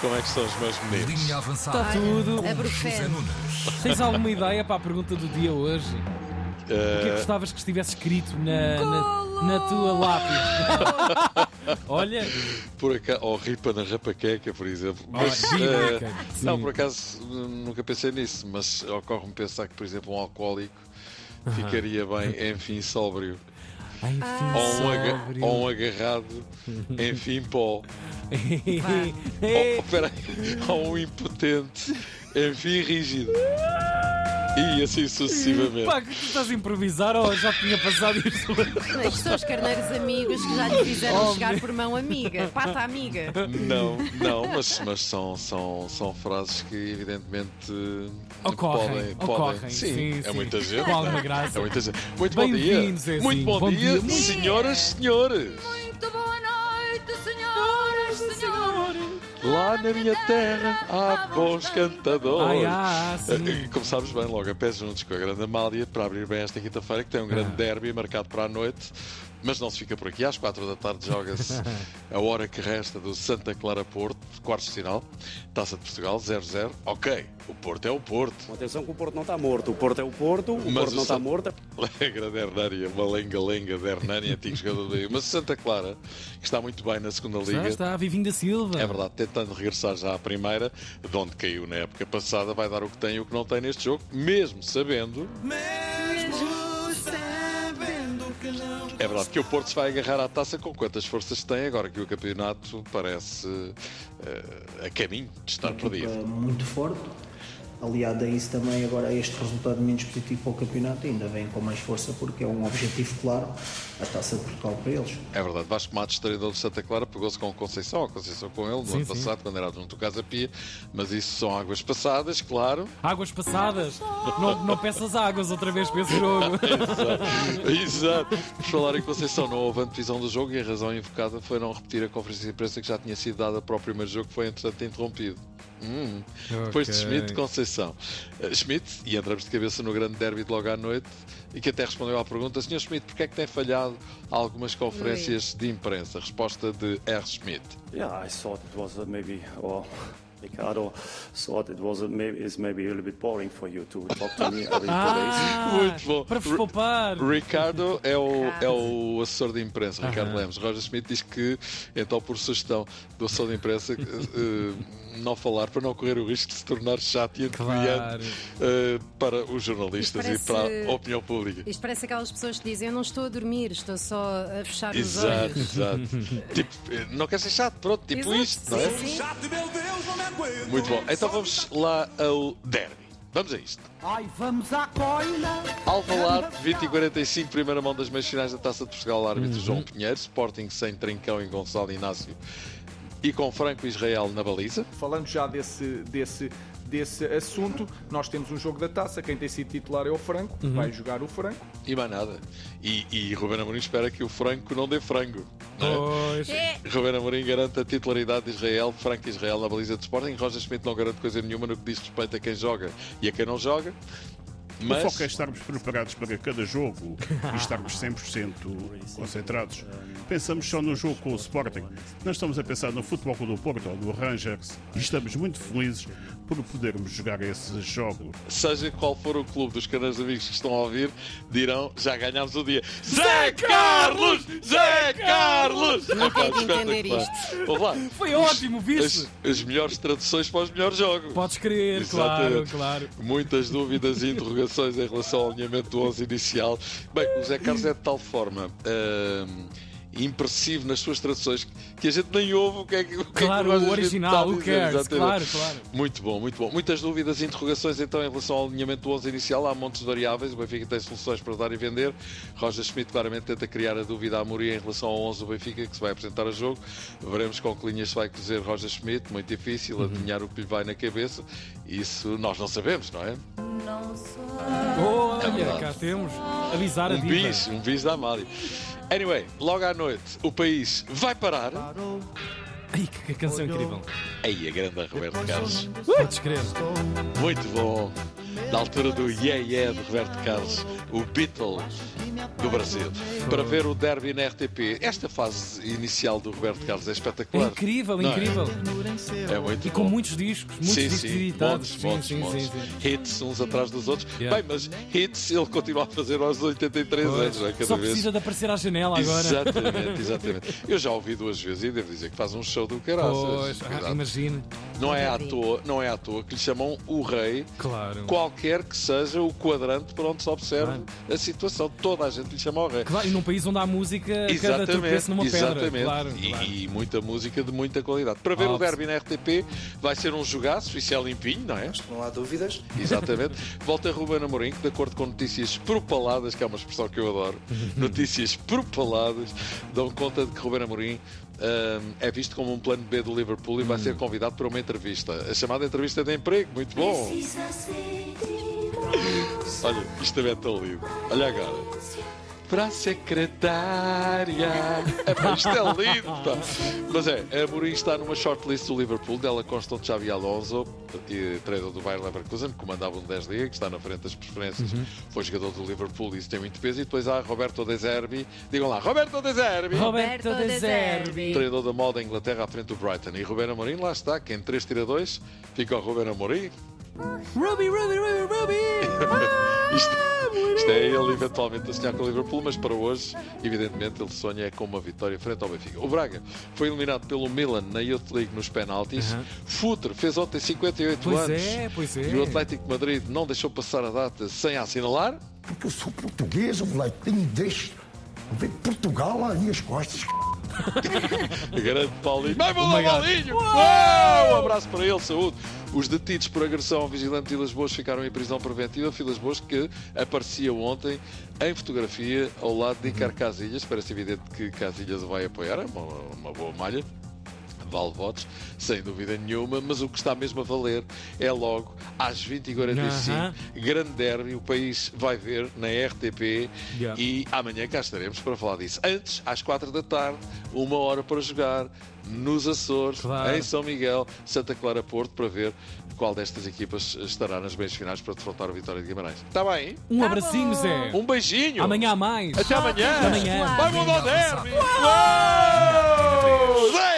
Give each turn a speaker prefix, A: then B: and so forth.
A: Como é que estão os meus meninos?
B: Linha avançada.
C: Está tudo. É
B: Com
C: Abrufeno.
B: José Nunes.
C: Tens alguma ideia para a pergunta do dia hoje? O que
A: Eh,
C: é que gostavas que estivesse escrito na, na, na tua lápide? Olha,
A: Por acaso, ou ripa na rapaqueca, por exemplo. Mas,
C: Imagina,
A: eh,
C: cara.
A: não,
C: Sim.
A: por acaso hum, nunca pensei nisso, mas ocorre-me pensar que, por exemplo, um alcoólico ficaria bem, enfim, sóbrio.
C: Ai, enfim,
A: Ou um, aga-
C: sóbrio.
A: ou um agarrado, enfim, pó. Ou,
C: Eh,
A: peraí, ou um impotente, enfim, rígido. E assim sucessivamente.
C: Pá, que tu estás a improvisar ou já tinha passado isto?
D: Estes são os carneiros amigos que já lhe fizeram
C: Homem.
D: chegar por mão amiga, pata amiga.
A: Não, não, mas, mas são, são, são frases que evidentemente eh,
C: Ocorrem,
A: podem, podem.
C: ocorrem,
A: Sim,
C: sim,
A: é
C: sim.
A: muita gente.
C: Com alguma
A: É
C: graça.
A: muita gente. Muito bom dia.
C: Bem-vindo, Zezinho.
A: Muito bom,
C: Bom
A: dia,
C: dia.
A: senhoras, senhores.
E: Muito boa noite, senhoras e senhores.
A: Lá na minha terra há bons cantadores.
C: Ai, ah, ah, sim.
A: Eh, Começámos bem logo a pé juntos com a grande Amália para abrir bem esta quinta-feira que tem um
C: Ah.
A: grande derby marcado para a noite. Mas não se fica por aqui, às quatro da tarde joga-se a hora que resta do Santa Clara Porto, quarto final, Taça de Portugal 0-0. Ok, o Porto é o Porto.
F: Atenção que o Porto não está morto. O Porto é o Porto, o
A: Mas
F: Porto
A: o
F: não está
A: Santos-
F: morto. é
A: Legra de Hernani, uma lenga-lenga de Hernani, antigo jogador do Liga. Mas o Santa Clara, que está muito bem na segunda
C: Já
A: Liga,
C: é, está, Vivinho da Silva.
A: É verdade, tentando regressar já à primeira, de onde caiu na época passada, vai dar o que tem e o que não tem neste jogo, mesmo sabendo. É verdade que o Porto se vai agarrar à taça com quantas forças tem agora que o campeonato parece eh, a caminho de estar perdido.
G: equipa muito forte. Aliado a isso também agora este resultado menos positivo para o campeonato ainda vem com mais força porque é um objetivo claro a Taça de Portugal para eles.
A: É verdade, Vasco Matos, treinador de Santa Clara, pegou-se com o Conceição, a Conceição com ele, no
C: Sim,
A: ano
C: sim.
A: passado, quando era adjunto do Casa Pia, mas isso são águas passadas, claro.
C: Águas passadas. Não, não peças águas outra vez para esse jogo.
A: Exato. Por falar em Conceição, não houve antevisão do jogo e a razão invocada foi não repetir a conferência de imprensa que já tinha sido dada para o primeiro jogo, que foi entretanto interrompido. Hum. Depois de
C: Ok.
A: Schmidt, Conceição. Eh, Schmidt, e entramos de cabeça no grande derby de logo à noite, e que até respondeu à pergunta: Sr. Schmidt, porquê é que tem falhado algumas conferências de imprensa? Resposta de R. Schmidt.
F: Yeah, I thought it was uh, maybe or Ricardo thought it was uh, maybe is maybe a little bit boring for you to talk to me every four days.
C: Ah,
A: Muito bom.
C: Para vos poupar.
A: Ricardo é o, é o assessor de imprensa, Ricardo Lemos. Roger Schmidt diz que, então, por sugestão do assessor de imprensa, que, eh, não falar para não correr o risco de se tornar chato e
C: Claro.
A: entediante eh, para os jornalistas
D: Isto
A: e para
D: parece-
A: a opinião pública.
D: Isto parece aquelas pessoas que dizem: Eu não estou a dormir, estou só a fechar os
A: Exato,
D: olhos.
A: exato. tipo, eh, não quer ser chato, pronto, tipo
D: Exato,
A: isto, não é?
D: sim, sim.
A: Muito bom. Então vamos lá ao derby. Vamos a isto.
H: Ai, vamos à coila.
A: Alvalade, 20 e 45, primeira mão das meias finais da Taça de Portugal, árbitro
I: Uhum.
A: João Pinheiro, Sporting sem Trincão e Gonçalo Inácio e com Franco Israel na baliza.
J: Falando já desse, desse, desse assunto, nós temos um jogo da taça. Quem tem sido titular é o Franco, vai jogar o Franco.
A: E mais nada. E, e Ruben Amorim espera que o Franco não dê frango. Não é?
C: Pois.
A: Ruben Amorim garante a titularidade de Israel, Franco Israel na baliza de Sporting. Roger Schmidt não garante coisa nenhuma no que diz respeito a quem joga e a quem não joga.
I: O foco é
A: Mas
I: estarmos preparados para cada jogo e estarmos 100% concentrados. Pensamos só no jogo com o Sporting. Não estamos a pensar no Futebol Clube do Porto ou no Rangers e estamos muito felizes por podermos jogar esse jogo.
A: seja qual for o clube dos canais amigos que estão a ouvir, dirão já ganhámos o dia. Zé Carlos! Zé Carlos!
D: Nunca hei de
A: Epá,
D: entender
A: espetacular. Vamos lá.
C: Foi ótimo, viste?
A: As, as melhores traduções para os melhores jogos.
C: Podes crer, claro,
A: Exatamente.
C: claro.
A: Muitas dúvidas e interrogações em relação ao alinhamento do 11 inicial. Bem, o Zé Carlos é de tal forma hum, impressivo nas suas traduções que a gente nem ouve o que é que o que é que
C: Claro,
A: Roger
C: o
A: Schmidt está a
C: original, o
A: dizer.
C: cares,
A: Exatamente.
C: claro, claro.
A: Muito bom, muito bom. Muitas dúvidas e interrogações então em relação ao alinhamento do 11 inicial. Há montes de variáveis, o Benfica tem soluções para dar e vender. Roger Schmidt claramente tenta criar a dúvida à Moria em relação ao 11 do Benfica que se vai apresentar a jogo. Veremos com que linhas se vai cozer Roger Schmidt, muito difícil, adivinhar o que lhe vai na cabeça. Isso nós não sabemos, não é?
C: Olha, cá temos. Avisar a
A: Um
C: diva.
A: bis, um bis da Amália. Anyway, logo à noite o país vai parar.
C: Ai, que, que canção incrível.
A: Aí a grande Roberto Carlos.
C: Podes crer. É
A: Muito bom. Da altura do Yeah Yeah de Roberto Carlos, o Beatle do Brasil. Para ver o derby na RTP. Esta fase inicial do Roberto Carlos é espetacular.
C: É incrível,
A: Não é?
C: incrível.
A: É muito
C: E com
A: bom.
C: muitos discos, muitos
A: sim,
C: discos
A: sim,
C: editados.
A: montes,
C: Sim,
A: montes,
C: sim,
A: montes.
C: sim, sim.
A: Hits uns atrás dos outros.
C: Yeah.
A: Bem, mas hits ele continua a fazer aos 83 anos, não é? cada
C: Só
A: vez.
C: precisa de aparecer à janela agora.
A: Exatamente, exatamente. Eu já ouvi duas vezes e devo dizer que faz um show do caraças.
C: Pois, ah,
A: Cuidado.
C: imagino.
A: não, é à toa, não é à toa que lhe chamam o rei,
C: Claro.
A: qualquer que seja o quadrante por onde se observe a situação. Toda a gente lhe chama o rei.
C: Claro, e num país onde há música, cada tropeço numa pedra.
A: exatamente.
C: Claro,
A: E-
C: claro.
A: E, muita música de muita qualidade. Para ver o
C: Óbvio.
A: derby na RTP, vai ser um jogaço, isso é limpinho, não é?
B: Não há dúvidas.
A: Exatamente. Volta Ruben Amorim, que de acordo com notícias propaladas, que é uma expressão que eu adoro, notícias propaladas, dão conta de que Ruben Amorim hum, é visto como um plano B do Liverpool e
C: Hum.
A: vai ser convidado para uma entrevista. A chamada entrevista de emprego, muito bom. Olha, isto também é tão lindo. Olha agora. Para a secretária. É, pá, isto é lindo, pá. Mas é, a Amorim está numa shortlist do Liverpool. Dela constam de Xavi Alonso, e treinador do Bayern Leverkusen, que comandava um 10 Liga, que está na frente das preferências. Foi jogador do Liverpool e isso tem muito peso. E depois há Roberto De Zerbi. Digam lá, Roberto De Zerbi!
C: Roberto De Zerbi.
A: Treinador da moda em Inglaterra à frente do Brighton. E Ruben Amorim, lá está, que em 3 tira 2 fica o Ruben Amorim.
C: Ruby, Ruby, Ruby, Ah, Ruby!
A: Isto, isto é ele eventualmente a sonhar com o Liverpool, mas para hoje, evidentemente, ele sonha é com uma vitória frente ao Benfica. O Braga foi eliminado pelo Milan na Youth League nos penaltis. Futre fez ontem 58
C: Pois
A: anos.
C: é, pois é.
A: E o Atlético de Madrid não deixou passar a data sem assinalar.
K: Porque eu sou português, um latim deixa. Vem Portugal lá minhas costas.
A: Grande Oh Paulinho. Vai, bola,
C: my God.
A: Paulinho! Uau! Um abraço para ele, saúde. Os detidos por agressão ao vigilante de Ilhas Boas ficaram em prisão preventiva. Filas Boas que aparecia ontem em fotografia ao lado de Icar Casilhas. Parece evidente que Casilhas o vai apoiar. É uma, uma boa malha. Vale votos, sem dúvida nenhuma, mas o que está mesmo a valer é logo às 20h45,
C: Aham.
A: grande derby, o país vai ver na RTP
C: Yeah.
A: e amanhã cá estaremos para falar disso. Antes, às quatro da tarde, uma hora para jogar nos Açores,
C: Claro.
A: em São Miguel, Santa Clara Porto, para ver qual destas equipas estará nas meias finais para defrontar o Vitória de Guimarães. Está bem?
C: Um abracinho, Zé.
A: Um beijinho!
C: Amanhã há mais.
A: Até amanhã!
C: Até amanhã.
A: Vai mudar o derby! Uau! Zé!